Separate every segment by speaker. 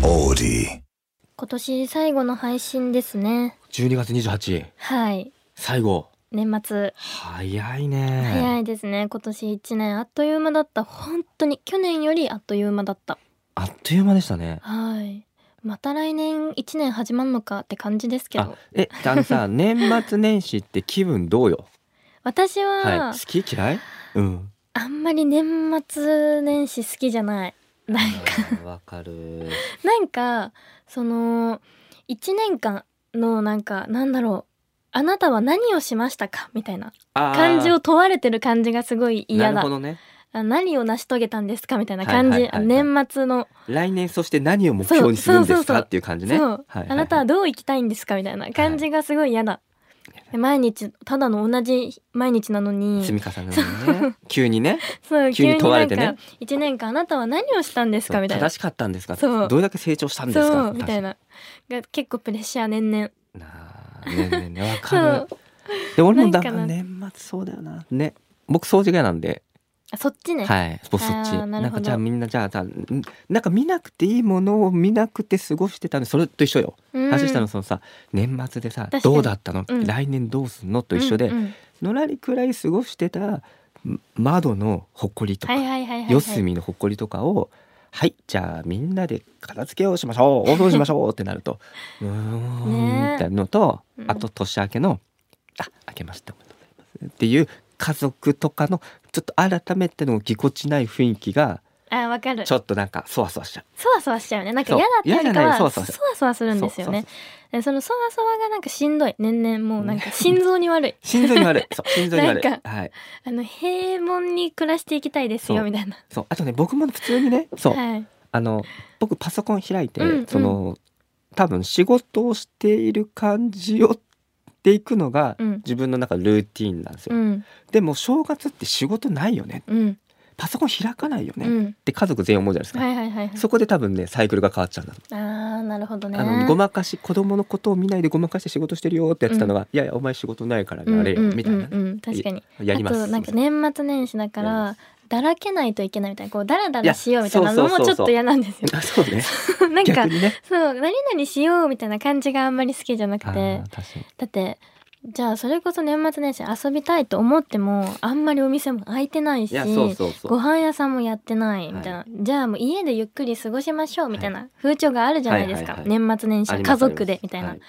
Speaker 1: City.
Speaker 2: 今年最後の配信ですね。
Speaker 3: 12月28
Speaker 2: はい。
Speaker 3: 最後
Speaker 2: 年末。
Speaker 3: 早いね
Speaker 2: 早いですね。今年1年あっという間だった。本当に去年よりあっという間だった。
Speaker 3: あっという間でしたね
Speaker 2: はい。また来年1年始まるのかって感じですけ
Speaker 3: あ
Speaker 2: ど。
Speaker 3: えあの さ年末年始って気分どうよ
Speaker 2: 私
Speaker 3: は
Speaker 2: はい
Speaker 3: 好き嫌いうん
Speaker 2: あんまり年末年始好きじゃない。なんか
Speaker 3: あーわかる
Speaker 2: なんかその1年間のなんかなんだろうあなたは何をしましたかみたいな
Speaker 3: あー
Speaker 2: 感じを問われてる感じがすごい
Speaker 3: な
Speaker 2: 嫌
Speaker 3: る
Speaker 2: だ
Speaker 3: ほどね
Speaker 2: あ何を成し遂げたんですかみたいな感
Speaker 3: は
Speaker 2: じ、
Speaker 3: いはいはいはい
Speaker 2: あ年末の、
Speaker 3: 来年そして何を目標にするんですかっていう感じね
Speaker 2: そう、
Speaker 3: はいい
Speaker 2: あなたはどう生きたいんですかみたいな感じがすごい嫌だ、で毎日ただの同じ毎日なの
Speaker 3: 積
Speaker 2: に
Speaker 3: み重ねのね急にね
Speaker 2: そう
Speaker 3: 急に問われてね
Speaker 2: 急になんか1年間あなたは何をしたん ですかみたいな
Speaker 3: 正しかったんですか
Speaker 2: そう
Speaker 3: どれだけ成長したんです
Speaker 2: そ
Speaker 3: か
Speaker 2: うみたいなが結構プレッシャー年々
Speaker 3: なあねえねえねえわかるで俺もだから年末そうだよなね僕掃除が嫌なんで、
Speaker 2: あそっちね、
Speaker 3: はいスポ
Speaker 2: あ
Speaker 3: そ
Speaker 2: ー
Speaker 3: っち
Speaker 2: なるほど
Speaker 3: んかじゃあみんなじゃあじゃあんなんか見なくていいものを見なくて過ごしてたのそれと一緒よ、
Speaker 2: うん
Speaker 3: 話したのそのさ年末でさ
Speaker 2: 確かに
Speaker 3: どうだったの、
Speaker 2: うん
Speaker 3: 来年どうすんのと一緒で、
Speaker 2: うんうん
Speaker 3: のらりくらい過ごしてたん窓のほこりとか、
Speaker 2: はいはいはいはい、はい、
Speaker 3: 四隅のほこりとかをはいじゃあみんなで片付けをしまし ょう大掃除しましょうってなるとうー
Speaker 2: ねえ
Speaker 3: んってなるのと
Speaker 2: うん
Speaker 3: あと年明けの「あ明けましておめでとうございます」っていう家族とかのちょっと改めてのぎこちない雰囲気が
Speaker 2: あわかる
Speaker 3: ちょっとなんかそわそわしちゃ
Speaker 2: そわそわしちゃうねなんか
Speaker 3: そう
Speaker 2: 嫌だっていうよりかは
Speaker 3: 嫌じゃないそわ
Speaker 2: そ
Speaker 3: そ
Speaker 2: わ
Speaker 3: わ
Speaker 2: そわす
Speaker 3: う。
Speaker 2: るんですよね
Speaker 3: そうそう
Speaker 2: でそのそわそわがなんかしんどい年々もうなんか心臓に悪い
Speaker 3: 心臓に悪い。そう心臓に悪い。
Speaker 2: なん
Speaker 3: はい。
Speaker 2: あの平凡に暮らしていきたいです
Speaker 3: そ
Speaker 2: よ
Speaker 3: う
Speaker 2: みたいな
Speaker 3: そうあとね僕も普通にねそう、
Speaker 2: はい
Speaker 3: あの僕パソコン開いて、
Speaker 2: うんうん
Speaker 3: その多分仕事をしている感じをっていくのが、
Speaker 2: うん
Speaker 3: 自分の中ルーティーンなんです
Speaker 2: う
Speaker 3: よ、
Speaker 2: ん
Speaker 3: でも正月って仕事ないよね
Speaker 2: うん
Speaker 3: パソコン開かないよね、
Speaker 2: う
Speaker 3: っ
Speaker 2: ん
Speaker 3: て家族全員思うじゃないですか、
Speaker 2: はいはいはいはい
Speaker 3: そこで多分ねサイクルが変わっちゃうんだと
Speaker 2: あーなるほどね
Speaker 3: あのごまかし子供のことを見ないでごまかして仕事してるよってやってたのが、いやいやお前仕事ないからやれよ、
Speaker 2: うんうん
Speaker 3: みたいな
Speaker 2: う
Speaker 3: ね
Speaker 2: んうん確かに
Speaker 3: やります
Speaker 2: あとなんか
Speaker 3: みたい
Speaker 2: 年末年始だか
Speaker 3: やり
Speaker 2: ら
Speaker 3: ま
Speaker 2: だらけないといけないみたいなこうだらだ
Speaker 3: い
Speaker 2: ら
Speaker 3: や
Speaker 2: しようみたいなの
Speaker 3: そう
Speaker 2: も
Speaker 3: そうそう
Speaker 2: ちょっ
Speaker 3: そう
Speaker 2: と嫌なんです よ
Speaker 3: なそうね
Speaker 2: なんか
Speaker 3: 逆にね
Speaker 2: そう何々しようみたいな感じがあんまり好きじゃな
Speaker 3: あ
Speaker 2: くて
Speaker 3: ー確かに
Speaker 2: だってじゃあそれこそ年末年始遊びたいと思ってもあんまりお店も開いてないし
Speaker 3: いやそうそうそう
Speaker 2: ご飯屋さんもやってないみたいな、
Speaker 3: は
Speaker 2: じゃあもう家でゆっくり過ごしましょうみたいな風潮があるじゃないですか、
Speaker 3: はいはいはい
Speaker 2: 年末年始
Speaker 3: あ
Speaker 2: は
Speaker 3: り
Speaker 2: 家
Speaker 3: ます
Speaker 2: 族でみたいな、
Speaker 3: あり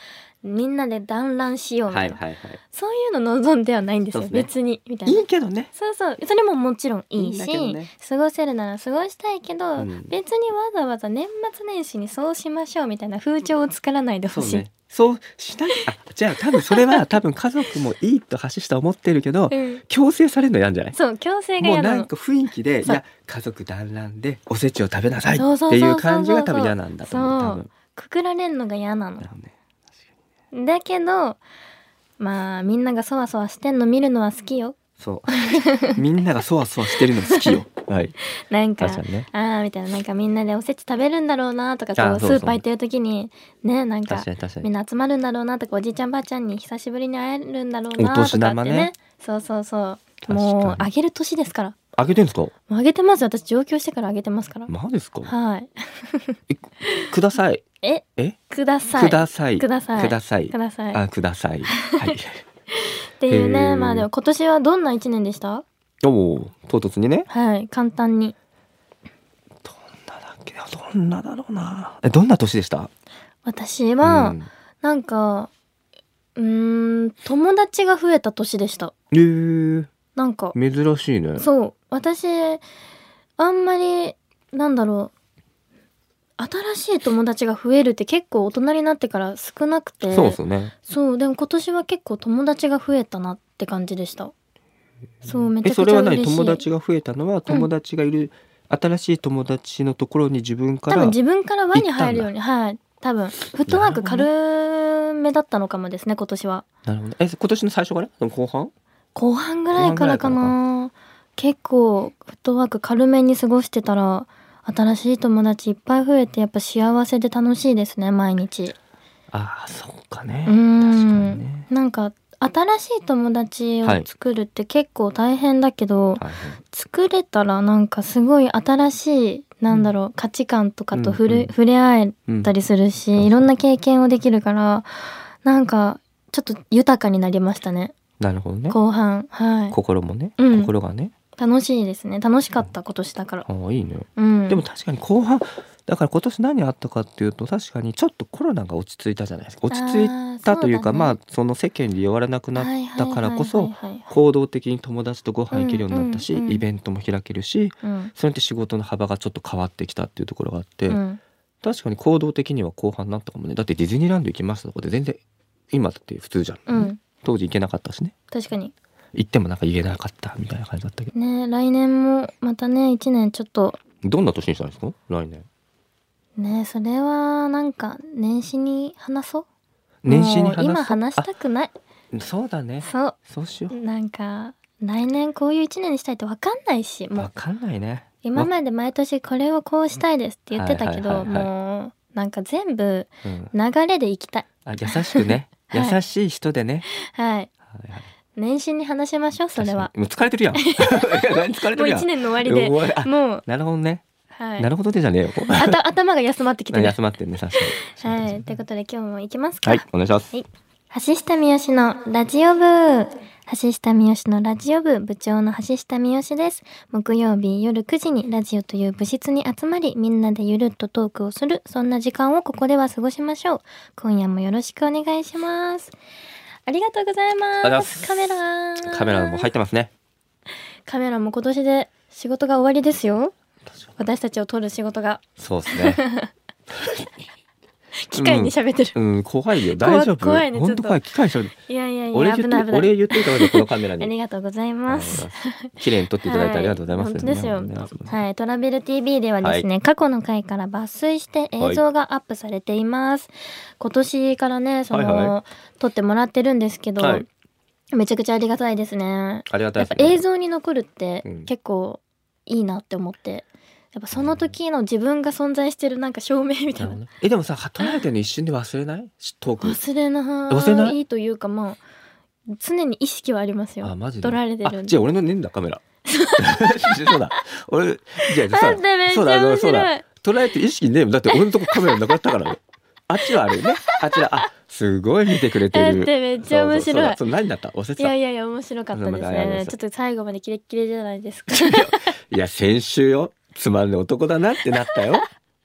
Speaker 2: みんなで団らんしよう
Speaker 3: ま
Speaker 2: み
Speaker 3: すは
Speaker 2: たい
Speaker 3: い
Speaker 2: な、
Speaker 3: はいはいはい
Speaker 2: そういうの望んではないんですよ
Speaker 3: そうですね
Speaker 2: 別にみたいない
Speaker 3: いけどね
Speaker 2: そうそうそれももちろんいい
Speaker 3: いいんだ
Speaker 2: し
Speaker 3: けどね
Speaker 2: 過ごせるなら過ごしたいけど、
Speaker 3: うん
Speaker 2: 別にわざわざ年末年始にそうしましょうみたいな風潮を作らないでほ
Speaker 3: そう
Speaker 2: しい。
Speaker 3: ねそうしないあじゃあ多分それは多分家族もいいと橋下は思ってるけど
Speaker 2: うん
Speaker 3: 強制されるのやんじゃない
Speaker 2: そう強制が
Speaker 3: もう
Speaker 2: 嫌な
Speaker 3: な
Speaker 2: の
Speaker 3: んか雰囲気でい
Speaker 2: そう
Speaker 3: や家族団らんでおせちを食べなさいっ
Speaker 2: そうそうそう
Speaker 3: ていう感じが多分嫌なんだと思う
Speaker 2: そ
Speaker 3: 多
Speaker 2: う
Speaker 3: 分
Speaker 2: くくられんのが嫌なの
Speaker 3: なるほどね
Speaker 2: だけどまあみんながそわそわしてんの見るのは好きよ
Speaker 3: そう みんながそわそわしてるの好 きよはい
Speaker 2: なんか
Speaker 3: 確かにね
Speaker 2: あーみたいななんかみんなでおせち食べるんだろうなとかこ
Speaker 3: あ
Speaker 2: う
Speaker 3: ー
Speaker 2: ス
Speaker 3: そうそう
Speaker 2: ーパー行ってる時にねなんか
Speaker 3: 確かに確か
Speaker 2: みん
Speaker 3: に
Speaker 2: な集まるんだろうなとかおじいちゃんばあちゃんに久しぶりに会えるんだろう
Speaker 3: お
Speaker 2: な
Speaker 3: 年
Speaker 2: とかって
Speaker 3: 玉
Speaker 2: ね
Speaker 3: ね
Speaker 2: そうそうそ
Speaker 3: 確
Speaker 2: う
Speaker 3: かに
Speaker 2: もうあげる年ですから
Speaker 3: あげてんですか
Speaker 2: もうあげてます私上京してからあげてますから
Speaker 3: マジですか
Speaker 2: はい
Speaker 3: ください
Speaker 2: え
Speaker 3: え
Speaker 2: ください
Speaker 3: ください
Speaker 2: ください
Speaker 3: ください
Speaker 2: くださいっ
Speaker 3: あくだ さいはい
Speaker 2: ていう
Speaker 3: へ
Speaker 2: ね
Speaker 3: ー
Speaker 2: まあでも今年はどんな一年でした
Speaker 3: おお唐突にね
Speaker 2: はい簡単に
Speaker 3: どんなだっけどんなだろうなえどんな年でした
Speaker 2: 私は、
Speaker 3: うん
Speaker 2: なんかうーん友達が増えた年でした
Speaker 3: えー、
Speaker 2: なんか
Speaker 3: 珍しいね
Speaker 2: そう私あんまりなんだろう新しい友達が増えるって結構大人になってから少なくて
Speaker 3: そうですよね
Speaker 2: そうでも今年は結構友達が増えたなって感じでしたそうめち
Speaker 3: え
Speaker 2: ゃく
Speaker 3: そ
Speaker 2: ち
Speaker 3: れ
Speaker 2: ゃ
Speaker 3: は何
Speaker 2: 嬉しい
Speaker 3: 友達が増えたのは友達がいる、新しい友達のところに自分か
Speaker 2: 多
Speaker 3: ら
Speaker 2: 分自分から輪に入るようにはい多分フットワーク軽めだったのかもですね今年は
Speaker 3: なるほどえ今年の最初から後半
Speaker 2: 後半ぐらいからか
Speaker 3: 後
Speaker 2: な結構フットワーク軽めに過ごしてたら新しい友達いっぱい増えてやっぱ幸せで楽しいですね毎日
Speaker 3: ああそっかね
Speaker 2: うーん
Speaker 3: 確かにね
Speaker 2: なんか新しい友達を
Speaker 3: はい
Speaker 2: 作るって結構大変だけど、
Speaker 3: はいはい
Speaker 2: 作れたらなんかすごい新しいなんだろう価値観とかと触れ,、
Speaker 3: うんうん
Speaker 2: 触れ合え
Speaker 3: うん
Speaker 2: たりする
Speaker 3: う
Speaker 2: し
Speaker 3: ん
Speaker 2: いろんな経験をできるからなんかちょっと豊かになりましたね
Speaker 3: なるほどね
Speaker 2: 後半はい
Speaker 3: 心もね、
Speaker 2: うん
Speaker 3: 心がね
Speaker 2: 楽しいですね楽しかった今年だから
Speaker 3: ああいいね
Speaker 2: うん
Speaker 3: でも確かに後半だから今年何あったかっていうと確かにちょっとコロナが落ち着いたじゃないですか落ち着いたというか
Speaker 2: あーそうだね
Speaker 3: まあその世間で弱らなくなっ
Speaker 2: った
Speaker 3: からこそ行動的に友達とご飯行けるようになったし、
Speaker 2: うんうんうん
Speaker 3: イベントも開けるし
Speaker 2: うん
Speaker 3: それって仕事の幅がちょっと変わってきたっていうところがあって、
Speaker 2: うん
Speaker 3: 確かに行動的には後半になったかもねだってディズニーランド行きますとかで全然今だって普通じゃん、
Speaker 2: うん
Speaker 3: 当時行けなかったしね
Speaker 2: 確かに
Speaker 3: 行ってもなんか言えなかったみたいな感じだったけど
Speaker 2: ね来年もまたね1年ちょっと
Speaker 3: どんな年にしたんですか来年
Speaker 2: ねそれはなんか年始に話そう
Speaker 3: 年始に話
Speaker 2: もう今話したくない
Speaker 3: あそうだね
Speaker 2: そ
Speaker 3: そうしよ
Speaker 2: うなんか来年こういう1年にしたいって分かんないし
Speaker 3: う
Speaker 2: も
Speaker 3: わ
Speaker 2: う
Speaker 3: かんないね
Speaker 2: 今まで毎年これをこうしたいですって言ってたけ
Speaker 3: はいは
Speaker 2: ど
Speaker 3: いはいはい
Speaker 2: もうなんか全部
Speaker 3: うん、
Speaker 2: 流れでいきたい
Speaker 3: あ優しくね
Speaker 2: はい
Speaker 3: 優しい人でね、
Speaker 2: はい
Speaker 3: はいはい
Speaker 2: 年始に話しましょうそれは
Speaker 3: 確かにもう疲れてるやん 何疲れ
Speaker 2: も
Speaker 3: て
Speaker 2: う
Speaker 3: るやん
Speaker 2: 1年の終わりで
Speaker 3: 終わりあ
Speaker 2: もう
Speaker 3: なるほどね、
Speaker 2: はい
Speaker 3: なるほどでじゃ ねえよ
Speaker 2: あた頭が休まってきてる
Speaker 3: 休まってんね確かに
Speaker 2: はい、ということで今日も行きますか。
Speaker 3: はいお願いします
Speaker 2: 橋下三好のラジオ部。橋下三好のラジオ部部長の橋下三好です。木曜日夜9時にラジオという部室に集まり、みんなでゆるっとトークをする、そんな時間をここでは過ごしましょう。今夜もよろしくお願いします。ありがとうござい
Speaker 3: ありがとうござい
Speaker 2: ま。
Speaker 3: ますす
Speaker 2: カメラ。
Speaker 3: カメラも入ってますね
Speaker 2: カメラも今年で仕事が終わりですよ。
Speaker 3: 確かに
Speaker 2: 私たちを撮る仕事が。
Speaker 3: そうですね
Speaker 2: 機械に喋ってる。
Speaker 3: うん怖いよ
Speaker 2: 怖
Speaker 3: 大丈夫
Speaker 2: 怖いね
Speaker 3: 本当怖い機械しゃべる
Speaker 2: いやいやい
Speaker 3: 俺
Speaker 2: や、
Speaker 3: 言
Speaker 2: 危
Speaker 3: っ
Speaker 2: ない危
Speaker 3: て
Speaker 2: ない。
Speaker 3: 俺言っていたのでこのカメラ
Speaker 2: あ
Speaker 3: に
Speaker 2: りがとうございます。
Speaker 3: 綺麗に撮っていただいてありがとうございます、
Speaker 2: はい、本当ですよ
Speaker 3: ありがとうございます
Speaker 2: はい、トラベル TV ではですね、過去の回から抜粋して映像がアップされています。今年からね、その、
Speaker 3: はいは
Speaker 2: 撮ってもらってるんですけど、
Speaker 3: はい
Speaker 2: めちゃくちゃありがたいですね。
Speaker 3: ありがた
Speaker 2: や
Speaker 3: い
Speaker 2: っぱ
Speaker 3: ですね
Speaker 2: 映像に残るって
Speaker 3: うん
Speaker 2: 結構いいなって思って、やっぱその時の自分が存在してるなんか証明み
Speaker 3: ないるほ
Speaker 2: たな。
Speaker 3: どねえでもさ撮られてるの一瞬で忘れないしトーク
Speaker 2: 忘れない。
Speaker 3: 忘れない
Speaker 2: いというか、まあ、常に意識はありますよ。
Speaker 3: あマジで
Speaker 2: 撮られてる
Speaker 3: あ
Speaker 2: んで
Speaker 3: じゃあ俺のねえんだカ メラそうだ俺じゃあ
Speaker 2: な
Speaker 3: さ
Speaker 2: んでめっち
Speaker 3: そうだあ
Speaker 2: ゃ面
Speaker 3: のそう
Speaker 2: 白
Speaker 3: だ
Speaker 2: い。
Speaker 3: 捉えて意識ねえもんだって俺のとこカメラなくなった からねあっちはあれねあちらあすごい見てくれて
Speaker 2: だっ
Speaker 3: る
Speaker 2: てめっちゃ面
Speaker 3: そうそうそう
Speaker 2: 白い
Speaker 3: だ。そう何だった忘れて
Speaker 2: い
Speaker 3: た
Speaker 2: や
Speaker 3: い
Speaker 2: いやいや面白かったです
Speaker 3: まだありま
Speaker 2: ね
Speaker 3: し。た
Speaker 2: ちょっと最後までキレッキレじゃな いですか。
Speaker 3: や先週よつまんねえ男だなってなった よ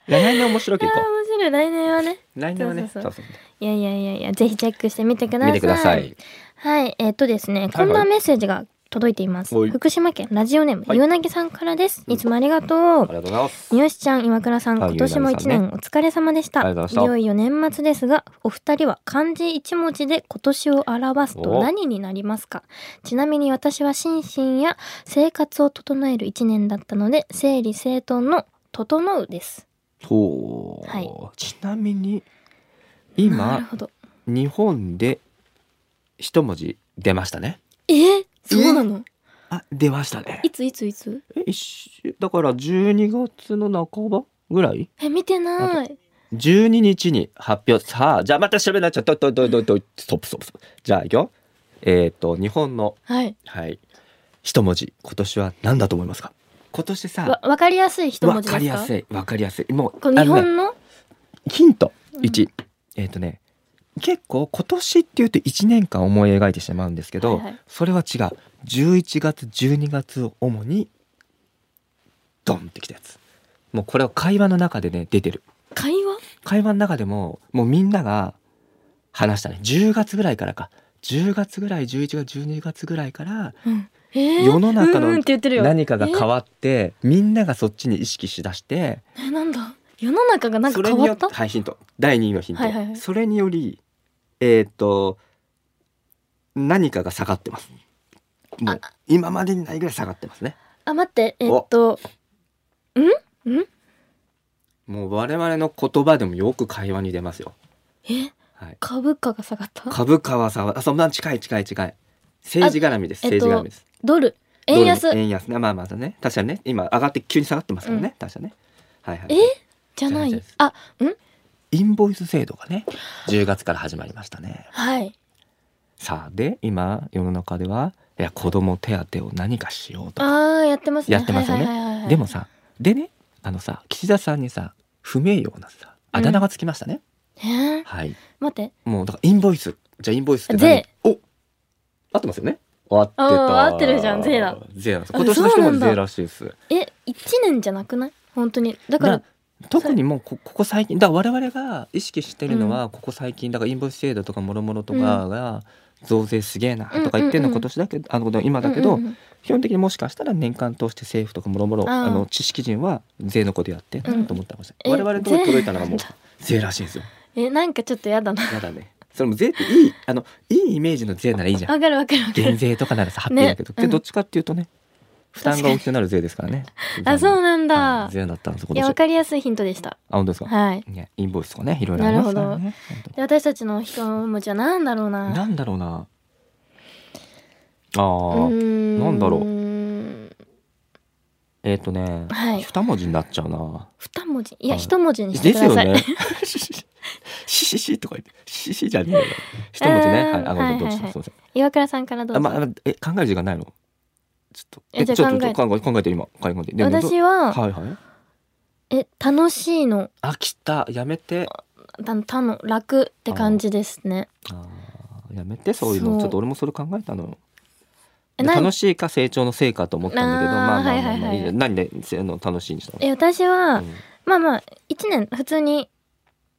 Speaker 3: いや来年面白いけど
Speaker 2: あー面白い来年はね。
Speaker 3: 来年はね
Speaker 2: そうそう
Speaker 3: そう
Speaker 2: いやいやいやいやぜひチェックしてみてください。
Speaker 3: 見てください
Speaker 2: はいえっとですねこんなメッセージが届いています。
Speaker 3: はい
Speaker 2: 福島県ラジオネーム、
Speaker 3: はい
Speaker 2: ゆうなぎさんからです。
Speaker 3: うん
Speaker 2: いつもありがと
Speaker 3: あ
Speaker 2: う
Speaker 3: り。がとうございます
Speaker 2: 三好ちゃん岩倉さん
Speaker 3: はい
Speaker 2: 今年も一
Speaker 3: ゆうなぎさん
Speaker 2: 年お疲れ様でした,、
Speaker 3: ありがとうございました
Speaker 2: よいよ年末ですがお二人は漢字一文字で今年を表すと
Speaker 3: お
Speaker 2: 何になりますかちなみに私は心身や生活を整える一年だったので整理整頓の整うです
Speaker 3: ほう、
Speaker 2: はい
Speaker 3: ちなみに
Speaker 2: なる
Speaker 3: 今
Speaker 2: ほど
Speaker 3: 日本で一文字出ましたね
Speaker 2: えそうなの
Speaker 3: あ出ましたね
Speaker 2: いついついつ
Speaker 3: え一週だから12月の半ばぐらい
Speaker 2: え見てない
Speaker 3: 12日に発表さあじゃあまた喋らなっちゃったととととストップストップストップじゃあいくよえっ、と日本の
Speaker 2: はい
Speaker 3: はい一文字今年は何だと思いますか今年
Speaker 2: わ
Speaker 3: さ
Speaker 2: わかりやすい一文
Speaker 3: わ
Speaker 2: 字
Speaker 3: かり
Speaker 2: です
Speaker 3: や
Speaker 2: か
Speaker 3: すいわかりやすいもう
Speaker 2: こう日
Speaker 3: あのね
Speaker 2: 本の
Speaker 3: ヒント
Speaker 2: うん
Speaker 3: 1、えっ、とね結構今年っていうと1年間思い描いてしまうんですけど、
Speaker 2: はいはい
Speaker 3: それは違う11月12月を主にドンってきたやつもうこれは会話の中でね出てる
Speaker 2: 会話
Speaker 3: 会話の中でももうみんなが話したね10月ぐらいからか10月ぐらい11月12月ぐらいから
Speaker 2: うんえー
Speaker 3: 世の中の
Speaker 2: うんうんって言ってるよ
Speaker 3: 何かが
Speaker 2: え
Speaker 3: 変わってみんながそっちに意識しだして
Speaker 2: えなんだ世の中がなんか
Speaker 3: それ
Speaker 2: 変
Speaker 3: に
Speaker 2: わ
Speaker 3: よ
Speaker 2: っ
Speaker 3: って
Speaker 2: た
Speaker 3: はいヒント第2位のヒント、
Speaker 2: はいはいはい
Speaker 3: それによりえーっと何かが下がってますもう今までにないぐらい下がってますね
Speaker 2: あ待ってえっと
Speaker 3: もう我々の言葉でもよく会話に出ますよ
Speaker 2: え
Speaker 3: はい
Speaker 2: 株価が下がった
Speaker 3: 株価はさあそんな近い近い近い政治絡みです
Speaker 2: あえっと
Speaker 3: 政治絡みです、
Speaker 2: ドル円安
Speaker 3: ドルね円安ねまあまあね確かにね今上がって急に下がってますからね、確かねはいはい
Speaker 2: えじゃな
Speaker 3: じゃないいです
Speaker 2: あ
Speaker 3: インボイス制度がね10月から始まりましたね
Speaker 2: はい
Speaker 3: さあで今世の中ではいや子供手当を何かしようとか
Speaker 2: あーやってますね
Speaker 3: やってますよね
Speaker 2: ね
Speaker 3: でもさでねあのさ岸田さんにさ不名誉なさあだ名がつきましたね、
Speaker 2: えー、
Speaker 3: はい
Speaker 2: 待って。
Speaker 3: もうだからインボイスじゃあインボイスって何
Speaker 2: 税
Speaker 3: お合ってますよね合ってた
Speaker 2: あー合ってるじゃん税だ
Speaker 3: 税なんです
Speaker 2: あ
Speaker 3: 今年の人
Speaker 2: そうな
Speaker 3: も
Speaker 2: んだ
Speaker 3: 税らしいです
Speaker 2: え、一年じゃなくない本当に。だから
Speaker 3: だ、特にもうこここ最近だから我々が意識してるのはここ最近だからインボイス制度とかもろもろとかが増税すげえなとか言ってるの
Speaker 2: うんうんうん
Speaker 3: 今年だけどあの今だけ
Speaker 2: う
Speaker 3: ど
Speaker 2: んうん
Speaker 3: 基本的にもしかしたら年間通して政府とかもろもろ
Speaker 2: あー
Speaker 3: あの知識人は税のことやってんなと思ったかもしれない
Speaker 2: うんえ
Speaker 3: 我々のところに届いたのがもう
Speaker 2: 税なん
Speaker 3: 税らしいんですよ
Speaker 2: うんえ、なんかちょっとやだな。
Speaker 3: やだねそれも税っていいあのいいイメージの税ならいいじゃん
Speaker 2: わかるわかるわか
Speaker 3: 減
Speaker 2: る。
Speaker 3: 税とかならさハッピーだけど、
Speaker 2: ねうん
Speaker 3: でどっちかっていうとね負担が大きくなる税ですからね
Speaker 2: あ、そうなん
Speaker 3: なん
Speaker 2: だ。
Speaker 3: 税だったんです今
Speaker 2: いや、
Speaker 3: 年
Speaker 2: わかりやすいヒントでした。
Speaker 3: あ本当ですか、
Speaker 2: はい。
Speaker 3: ね、インボイスとかねいろいろありますからね本当に
Speaker 2: で私たちの人文字は何だろうな。
Speaker 3: なんだろうなあ
Speaker 2: う
Speaker 3: ー、
Speaker 2: ー
Speaker 3: なんだろう
Speaker 2: う。
Speaker 3: えっ、とね、
Speaker 2: はい
Speaker 3: 二文字になっちゃうな
Speaker 2: 二文字。いや、
Speaker 3: はい
Speaker 2: 一文字にして
Speaker 3: です
Speaker 2: くだ
Speaker 3: よ
Speaker 2: さい。
Speaker 3: ねシシシとか言ってシシじゃねえよ一文字ね
Speaker 2: あ
Speaker 3: は
Speaker 2: ー
Speaker 3: いあごめんなさい
Speaker 2: はいはいはい
Speaker 3: どうしたすいま
Speaker 2: 岩倉さんからど
Speaker 3: せ
Speaker 2: うん
Speaker 3: あ
Speaker 2: ぞ。
Speaker 3: まあえ考える時間ないのちょっと
Speaker 2: えじゃあ
Speaker 3: ちょっと
Speaker 2: 考え
Speaker 3: ちょっと考え考えて今考えてでもど
Speaker 2: 私は、
Speaker 3: はいはい
Speaker 2: え、楽しいの、
Speaker 3: あ来たやめて
Speaker 2: たの、他の楽って感じですね。
Speaker 3: あーやめてそういうの
Speaker 2: そう
Speaker 3: ちょっと俺もそれ考えたのよ
Speaker 2: え、な
Speaker 3: 楽
Speaker 2: ん
Speaker 3: しいか成長の成果と思ったんだけど
Speaker 2: あー
Speaker 3: まあまあ
Speaker 2: はい
Speaker 3: ま
Speaker 2: は
Speaker 3: あ
Speaker 2: い
Speaker 3: ま
Speaker 2: は
Speaker 3: あ
Speaker 2: い
Speaker 3: いいじゃん何でせあの楽しいにしたの
Speaker 2: え、私は、
Speaker 3: うん
Speaker 2: まあまあ1年普通に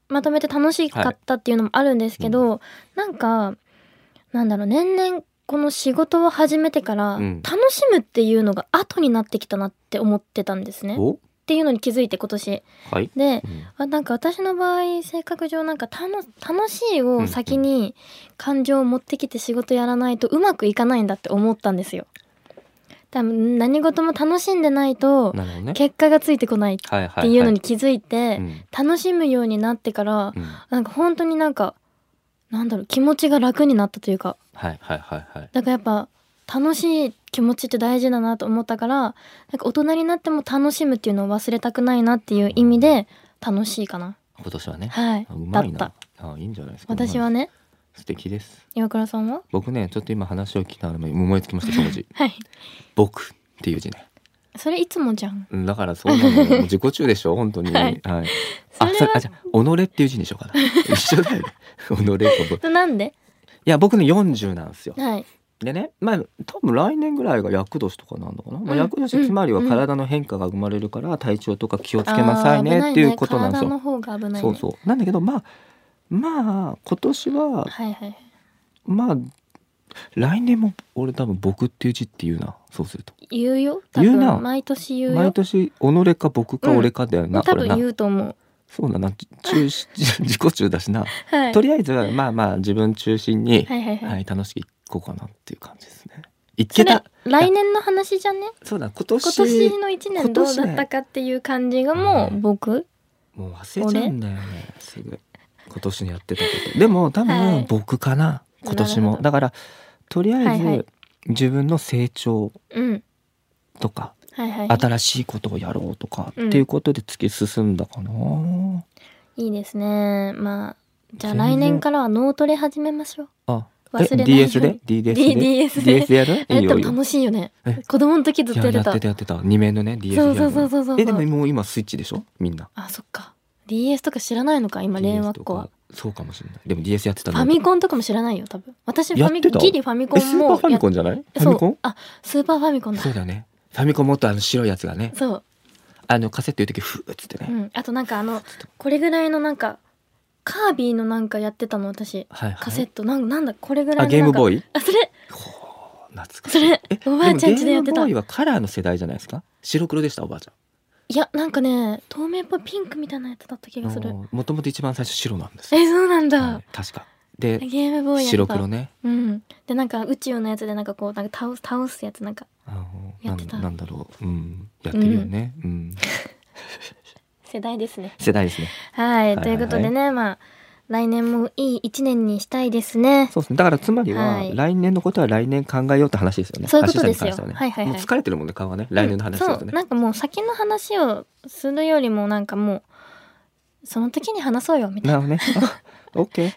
Speaker 2: まとめて楽しかったっていうのもあるんですけど、なんかなんだろう年々この仕事を始めてから
Speaker 3: うん
Speaker 2: 楽しむっていうのが後になってきたなって思ってたんですね。っ
Speaker 3: お
Speaker 2: ていうのに気づいて今年。
Speaker 3: はい、
Speaker 2: で
Speaker 3: うん
Speaker 2: あなんか私の場合性格上なんか楽楽しいを先に感情を持ってきて仕事やらないとうまくいかないんだって思ったんですよ。多分何事も楽しんでないと
Speaker 3: なるほどね
Speaker 2: 結果がついてこないっ
Speaker 3: はいは
Speaker 2: ていうのに
Speaker 3: は
Speaker 2: 気づいて、
Speaker 3: いうん
Speaker 2: 楽しむようになってから
Speaker 3: うん
Speaker 2: なんか本当になんかなんだろう気持ちが楽になったというか
Speaker 3: はいはいはいはい
Speaker 2: だからやっぱ楽しい気持ちって大事だなと思ったからなんか大人になっても楽しむっていうのを忘れたくないなっていう意味で楽しいかな
Speaker 3: 今年はね、
Speaker 2: はい
Speaker 3: あう
Speaker 2: だ
Speaker 3: まい
Speaker 2: っ
Speaker 3: な
Speaker 2: た
Speaker 3: あいいんじゃないですか
Speaker 2: 私は
Speaker 3: ね
Speaker 2: ね
Speaker 3: 素敵です
Speaker 2: 岩倉さんは
Speaker 3: 僕ねちょっと今話を聞いたのに思いつきましたその 字
Speaker 2: はい
Speaker 3: 僕っていう字ね
Speaker 2: それいつもじゃん
Speaker 3: うんだからそうなの よもう自己中でしょ本当に
Speaker 2: はい
Speaker 3: はい
Speaker 2: そ
Speaker 3: あ
Speaker 2: れ
Speaker 3: それあ
Speaker 2: は
Speaker 3: じゃあ己っていう字にしよう かな一緒だよね己と僕い
Speaker 2: なんで
Speaker 3: や僕の40なんですよ
Speaker 2: はい
Speaker 3: でねまあ多分来年ぐらいが厄年とかなのかな、まあ、
Speaker 2: うん
Speaker 3: 厄年つまりは
Speaker 2: うん
Speaker 3: 体の変化が生まれるから体調とか気をつけなさいねっていうことなんですよ
Speaker 2: あー危いね体の方が危ないね
Speaker 3: そうそうなんだけどまあまあ今年は
Speaker 2: はいはい
Speaker 3: まあ来年も俺多分「僕」っていう字って言うなそうすると
Speaker 2: 言うよ多
Speaker 3: 言うな
Speaker 2: 分毎年言うよ
Speaker 3: 毎年「己か僕か
Speaker 2: うん
Speaker 3: 俺か」だよな、
Speaker 2: 多
Speaker 3: これ
Speaker 2: 分
Speaker 3: な
Speaker 2: 言うと思う
Speaker 3: そうだなじ中心 自己中だしな、
Speaker 2: はい
Speaker 3: とりあえずはまあまあ自分中心に、
Speaker 2: はいはいはい
Speaker 3: はい、楽しくいこうかなっていう感じですねい
Speaker 2: そ
Speaker 3: け
Speaker 2: れ
Speaker 3: た
Speaker 2: 来年の話じゃね
Speaker 3: そうだ今
Speaker 2: 今
Speaker 3: 年
Speaker 2: 年の1年どうだったかっていう感じがもう僕
Speaker 3: もう忘れちゃうんだよねすぐ今年にやってたことでも多
Speaker 2: は
Speaker 3: 分
Speaker 2: い
Speaker 3: 僕かな、今年
Speaker 2: なるほ
Speaker 3: も
Speaker 2: ど
Speaker 3: だからとりあえず、
Speaker 2: はいはい
Speaker 3: 自分の成長
Speaker 2: うん
Speaker 3: とか、
Speaker 2: はいはい
Speaker 3: 新しいことをやろうとかっていうことで突き進んだかな、
Speaker 2: いいですねまあじゃ
Speaker 3: 全
Speaker 2: あ
Speaker 3: 然
Speaker 2: 来年からは脳トレ始めましょう
Speaker 3: あえ
Speaker 2: 忘れないように
Speaker 3: DS で DDS で
Speaker 2: DDS で
Speaker 3: DS でやる
Speaker 2: あ
Speaker 3: いい
Speaker 2: れ
Speaker 3: よ
Speaker 2: でも
Speaker 3: いいよ
Speaker 2: 楽しいよね
Speaker 3: え
Speaker 2: 子供の時ずっ
Speaker 3: い
Speaker 2: と
Speaker 3: や
Speaker 2: やって
Speaker 3: や
Speaker 2: た
Speaker 3: ってたやってた2面のね DS でや
Speaker 2: そ
Speaker 3: る
Speaker 2: うそうそうそうそう
Speaker 3: えでももう今スイッチでしょみんな
Speaker 2: あそっか DS とか知らないのか今令和
Speaker 3: DS
Speaker 2: っ
Speaker 3: と
Speaker 2: 子は
Speaker 3: かそうかもしれないでも DS やってた
Speaker 2: フ
Speaker 3: の
Speaker 2: ァミコンとかも知らないよ多分私ファ
Speaker 3: や
Speaker 2: ミ
Speaker 3: ってた
Speaker 2: ギリファミコ
Speaker 3: えスー
Speaker 2: ン
Speaker 3: パー
Speaker 2: も
Speaker 3: ファミコ
Speaker 2: ン
Speaker 3: ンじゃないファ
Speaker 2: そ
Speaker 3: ミコ
Speaker 2: う
Speaker 3: ン
Speaker 2: あスーパーファミコンだ
Speaker 3: そうだよねファミコンもっとあの白いやつがね
Speaker 2: そう
Speaker 3: あのカセットいう時フーっつってね、
Speaker 2: うんあとなんかあのこれぐらいのなんかカービィのなんかやってたの私
Speaker 3: はいはい、
Speaker 2: カセットなんなんだこれぐらい
Speaker 3: あ
Speaker 2: の
Speaker 3: ゲームボ
Speaker 2: ーイ
Speaker 3: ーイ
Speaker 2: あそれ
Speaker 3: ほう懐かしい
Speaker 2: それ
Speaker 3: え
Speaker 2: おばあちゃん家でやって
Speaker 3: もゲームボ
Speaker 2: た
Speaker 3: ーイ
Speaker 2: い
Speaker 3: はカラーの世代じゃないですか白黒でしたおばあちゃん
Speaker 2: やなんかね透明っぽいピンクみたいなやつだった気がする
Speaker 3: もともと一番最初白なんですよ
Speaker 2: えそうなんだ、
Speaker 3: はい確かで
Speaker 2: ゲームボーイやった
Speaker 3: 白黒ね
Speaker 2: うんでなんか宇宙のやつでなんかこうなんか倒す倒すやつなんか
Speaker 3: あの
Speaker 2: や
Speaker 3: な
Speaker 2: ってた
Speaker 3: んなんだろううんやってるよねうん、
Speaker 2: 世代ですね
Speaker 3: 世代ですね
Speaker 2: はい、
Speaker 3: いはい
Speaker 2: ということでねまあ来年もいい一年にしたいですね
Speaker 3: そうですねだからつまりは、
Speaker 2: はい
Speaker 3: 来年のことは来年考えようって話ですよね
Speaker 2: そういうことですよ
Speaker 3: 橋下に関してはね
Speaker 2: はいはいはい
Speaker 3: もう疲れてるもんね顔がね来年の話すると
Speaker 2: うんそう
Speaker 3: ね、
Speaker 2: なんかもう先の話をするよりもなんかもうその時に話そうよみたい
Speaker 3: な
Speaker 2: な
Speaker 3: るほどねオッケ ー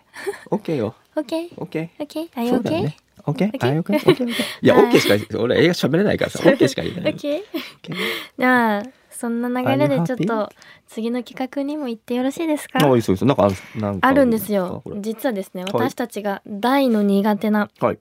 Speaker 3: オッケーよ
Speaker 2: OK
Speaker 3: オッケー
Speaker 2: OK あい
Speaker 3: そ
Speaker 2: OK
Speaker 3: うだよね。オッケー、
Speaker 2: OK？
Speaker 3: あ、 オッケー、オッケー、オッケー。いや、
Speaker 2: は
Speaker 3: オ
Speaker 2: い
Speaker 3: ッケーしか、俺映画喋れないからさ、オッケーしか言えない。
Speaker 2: OK
Speaker 3: オッケー
Speaker 2: じゃあそんな流れでちょっと次の企画にも行ってよろしいですか
Speaker 3: あいいそうですなんかあなんか
Speaker 2: あるんですよ
Speaker 3: これ
Speaker 2: 実はですね
Speaker 3: い
Speaker 2: 私たちが大の苦手な
Speaker 3: はい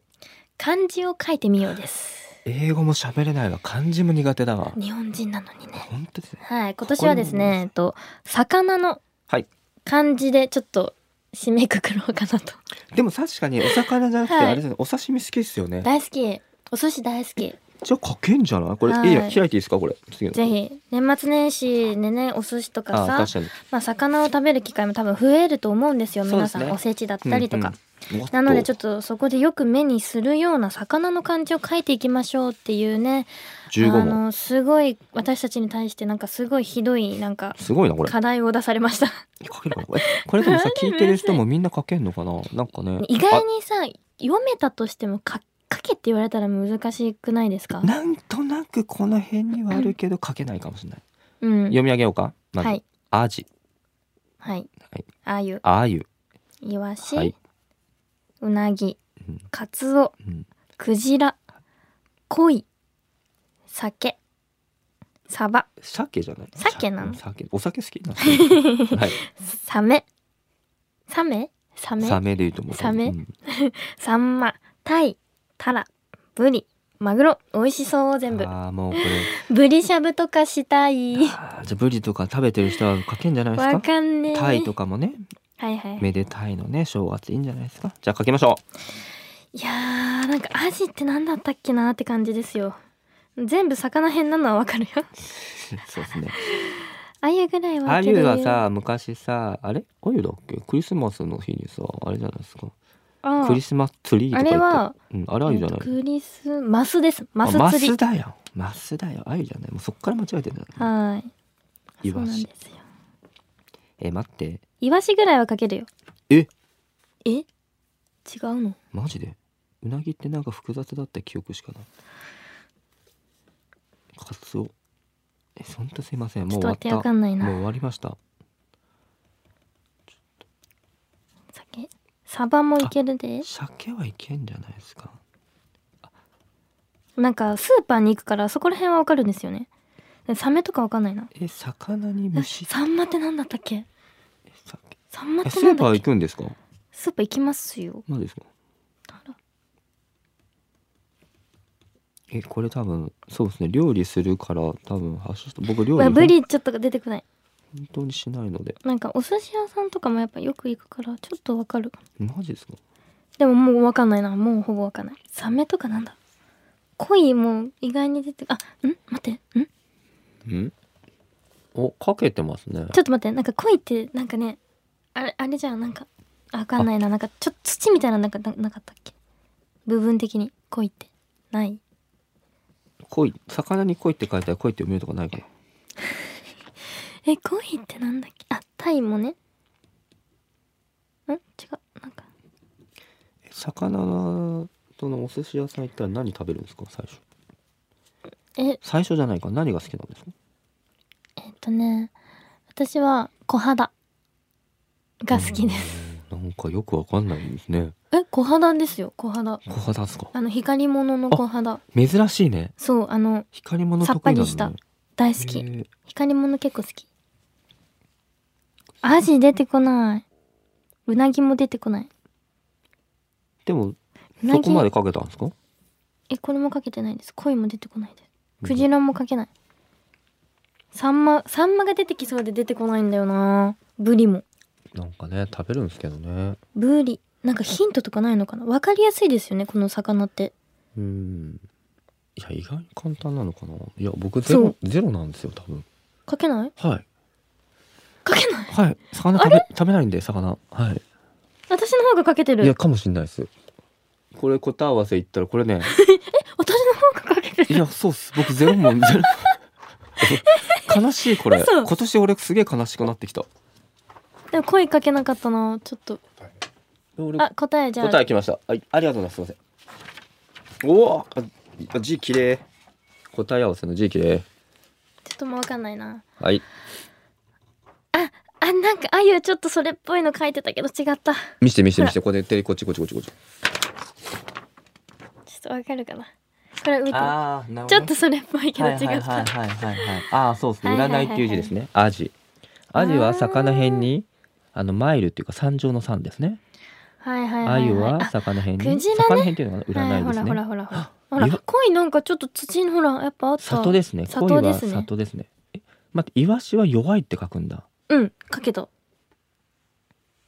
Speaker 2: 漢字を書いてみようです
Speaker 3: 英語も喋れないわ漢字も苦手だわ
Speaker 2: 日本人なのにね
Speaker 3: 本当ですね
Speaker 2: はい今年はですねえっと魚の
Speaker 3: はい
Speaker 2: 漢字でちょっと締めくくろうかなと
Speaker 3: でも確かにお魚じゃなくて
Speaker 2: はい
Speaker 3: あれですねお刺身好きですよね
Speaker 2: 大好きお寿司大好き
Speaker 3: じゃあ書けんじゃないこれ
Speaker 2: はい
Speaker 3: いいや開いていいですかこれ次の
Speaker 2: ぜひ年末年始でねお寿司とか
Speaker 3: あ
Speaker 2: さ
Speaker 3: 確かに
Speaker 2: まあ、魚を食べる機会も多分増えると思うんですよ
Speaker 3: そう
Speaker 2: 皆
Speaker 3: で
Speaker 2: さ
Speaker 3: す
Speaker 2: ん、
Speaker 3: ね
Speaker 2: おせちだったりとか、
Speaker 3: うんうんおっ
Speaker 2: なのでちょっとそこでよく目にするような魚の漢字を書いていきましょうっていうねあ
Speaker 3: 15問
Speaker 2: のすごい私たちに対してなんかすごいひどいなんか
Speaker 3: すごいなこれ
Speaker 2: 課題を出されました
Speaker 3: 書けるかなこれこれでもさ聞いてる人 もみんな書けんのかななんかね
Speaker 2: 意外にさ読めたとしてもか書けって言われたら難しくないですか
Speaker 3: あなんとなくこの辺にはあるけど書けないかもしれない
Speaker 2: うん
Speaker 3: 読み上げようかまず
Speaker 2: はい
Speaker 3: アジ
Speaker 2: はい
Speaker 3: はい
Speaker 2: あゆ
Speaker 3: アユ
Speaker 2: いわし、
Speaker 3: はいう
Speaker 2: なぎ
Speaker 3: うん
Speaker 2: かつお
Speaker 3: うん
Speaker 2: クジラ、恋、酒、サバ、
Speaker 3: 鮭じゃない
Speaker 2: 鮭なの
Speaker 3: 鮭お酒好きなん ですねはい
Speaker 2: サメ、サメ、サメ、
Speaker 3: サメでいいと思う
Speaker 2: サメ
Speaker 3: うん
Speaker 2: サンマ、タイ、タラ、ブリ、マグロ、美味しそう全部。
Speaker 3: ああもうこれ
Speaker 2: ブリしゃぶとかしたい。
Speaker 3: あーじゃあブリとか食べてる人は書けんじゃないです
Speaker 2: わ
Speaker 3: か
Speaker 2: かんねえ。
Speaker 3: タイとかもね
Speaker 2: はいはい。
Speaker 3: めでたいのね正月いいんじゃないですかじゃあ書きましょ
Speaker 2: いやー、なんかアジって何だったっけなーって感じですよ。全部魚編なのはわ かるよ。
Speaker 3: うそうですね
Speaker 2: あゆぐらいは。
Speaker 3: アユは、さ昔さあれアユだっけクリスマスの日にさあれじゃないですか
Speaker 2: あ
Speaker 3: クリスマスツリーと
Speaker 2: あ
Speaker 3: か言
Speaker 2: れ
Speaker 3: って
Speaker 2: は、
Speaker 3: うん、あれアユじゃない
Speaker 2: えっとクリスマスです。マ
Speaker 3: あマ
Speaker 2: ス釣り
Speaker 3: ス。だよマスだよアユじゃないもうそっから間違えてるんだよ、
Speaker 2: はい。
Speaker 3: イワシ
Speaker 2: そうなんですよ。
Speaker 3: え待って
Speaker 2: イワシぐらいはかけるよ。
Speaker 3: え
Speaker 2: え？違うの？
Speaker 3: マジでうなぎってなんか複雑だった記憶しかないカツオえほんとすいません
Speaker 2: ちょ
Speaker 3: も
Speaker 2: っ
Speaker 3: う終わ
Speaker 2: と
Speaker 3: っ
Speaker 2: 待って
Speaker 3: た
Speaker 2: わかんない
Speaker 3: もう
Speaker 2: な。
Speaker 3: 終わりました
Speaker 2: 酒。サバもいけるで。
Speaker 3: 鮭はいけんじゃないですか
Speaker 2: なんかスーパーに行くからそこら辺はわかるんですよね。サメとかわかんないな。
Speaker 3: え魚に虫
Speaker 2: サンマってなんだったっけ？
Speaker 3: え鮭
Speaker 2: サンマっ
Speaker 3: え
Speaker 2: て
Speaker 3: ス
Speaker 2: なん
Speaker 3: ーパ
Speaker 2: だ
Speaker 3: ー
Speaker 2: っ
Speaker 3: 行
Speaker 2: け？
Speaker 3: くんですか
Speaker 2: スーパー行きますよ。
Speaker 3: 何ですか
Speaker 2: あら
Speaker 3: えこれ多分そうですね料理するから多分発祥した僕料理
Speaker 2: うわ
Speaker 3: 本
Speaker 2: ブリちょっと出てこない。
Speaker 3: 本当にしないので
Speaker 2: なんかお寿司屋さんとかもやっぱよく行くからちょっとわかる。
Speaker 3: マジですか
Speaker 2: でももうわかんないな。もうほぼわかんない。サメとかなんだ。恋も意外に出てあ、ん待って、ん
Speaker 3: うんおかけてますね
Speaker 2: ちょっと待って、なんか恋って、なんかね、あれ、あれじゃん、なんか、あわかんないな、なんか、ちょっと土みたいな、なんか、ななかったっけ部分的に、恋って、ない
Speaker 3: 鯉魚に鯉って書いたら鯉って読めるとかないかな
Speaker 2: え、恋ってなんだっけあ、タイもね。ん違う、なんか、
Speaker 3: え魚とのお寿司屋さん行ったら何食べるんですか最初
Speaker 2: え、
Speaker 3: 最初じゃないか何が好きなんですか
Speaker 2: えっとね、私は、小肌が好きです。
Speaker 3: うんなんかよくわかんないんですね
Speaker 2: え、小肌ですよ、小肌。
Speaker 3: 小肌ですか
Speaker 2: あの、光り物の小肌。
Speaker 3: 珍しいね
Speaker 2: そう、あの、
Speaker 3: 光り物得意
Speaker 2: さ
Speaker 3: な
Speaker 2: っぱ
Speaker 3: の
Speaker 2: り
Speaker 3: ね
Speaker 2: した大好き。
Speaker 3: へえ
Speaker 2: 光り物結構好き。アジ出てこない。うなぎも出てこない。
Speaker 3: でも
Speaker 2: うな
Speaker 3: そ
Speaker 2: ぎ
Speaker 3: こまでかけたんですか
Speaker 2: え、これもかけてないです。鯉も出てこないです。クジラもかけない。サンマ、サンマが出てきそうで出てこないんだよなブリも。
Speaker 3: なんかね食べるんですけどね
Speaker 2: ブリ。なんかヒントとかないのかなわかりやすいですよね、この魚って。
Speaker 3: うんいや意外に簡単なのかないや僕ゼ
Speaker 2: そ
Speaker 3: ロ
Speaker 2: う
Speaker 3: ゼロなんですよ多分
Speaker 2: かけない
Speaker 3: はい
Speaker 2: かけない
Speaker 3: はい魚食べ食べないんで魚はい
Speaker 2: 私の方がかけて
Speaker 3: いや
Speaker 2: る。
Speaker 3: かもしんないですこれ答え合わせ言ったらこれね
Speaker 2: 私の方がかけて
Speaker 3: い
Speaker 2: る。
Speaker 3: やそうっす僕ゼロもんゼロ 悲しいこれ
Speaker 2: 嘘
Speaker 3: 今年俺すげえ悲しくなってきた
Speaker 2: でも鯉かけなかったなちょっと。
Speaker 3: 俺
Speaker 2: あ、答えじゃあ。
Speaker 3: 答えきましたはいありがとうございますすいませんおおあ字きれい答え合わせの字きれい
Speaker 2: ちょっともうわかんないな。
Speaker 3: はい
Speaker 2: あ、なんか、あゆちょっとそれっぽいの書いてたけど違った。ちょ
Speaker 3: 見して見して見してここで手こっちこっちこっちこっち
Speaker 2: っとわかるかな。これ見て
Speaker 3: ああなるほど
Speaker 2: ちょっとそれっぽいけど
Speaker 3: はい
Speaker 2: 違
Speaker 3: はいはい
Speaker 2: っ
Speaker 3: は
Speaker 2: た
Speaker 3: いはいはいああそうですね
Speaker 2: はいはいはいは
Speaker 3: 占いっ
Speaker 2: い
Speaker 3: ていう字ですねアジアジは魚辺にあのマイルっていうか三乗の三ですね
Speaker 2: はいはい
Speaker 3: ア
Speaker 2: はい
Speaker 3: ユ
Speaker 2: はい
Speaker 3: は
Speaker 2: あ
Speaker 3: 魚辺に、
Speaker 2: クジラね
Speaker 3: 魚辺っていうのが占
Speaker 2: は
Speaker 3: いです
Speaker 2: ほら
Speaker 3: ね
Speaker 2: ほらほらほ
Speaker 3: あい
Speaker 2: らほら
Speaker 3: や
Speaker 2: 恋なんかちょっと土のほらやっぱあった
Speaker 3: 里ですね
Speaker 2: 里
Speaker 3: 鯉
Speaker 2: で
Speaker 3: は
Speaker 2: すね
Speaker 3: 里ですねえ待ってイワシは弱いって書くんだ
Speaker 2: うんかけた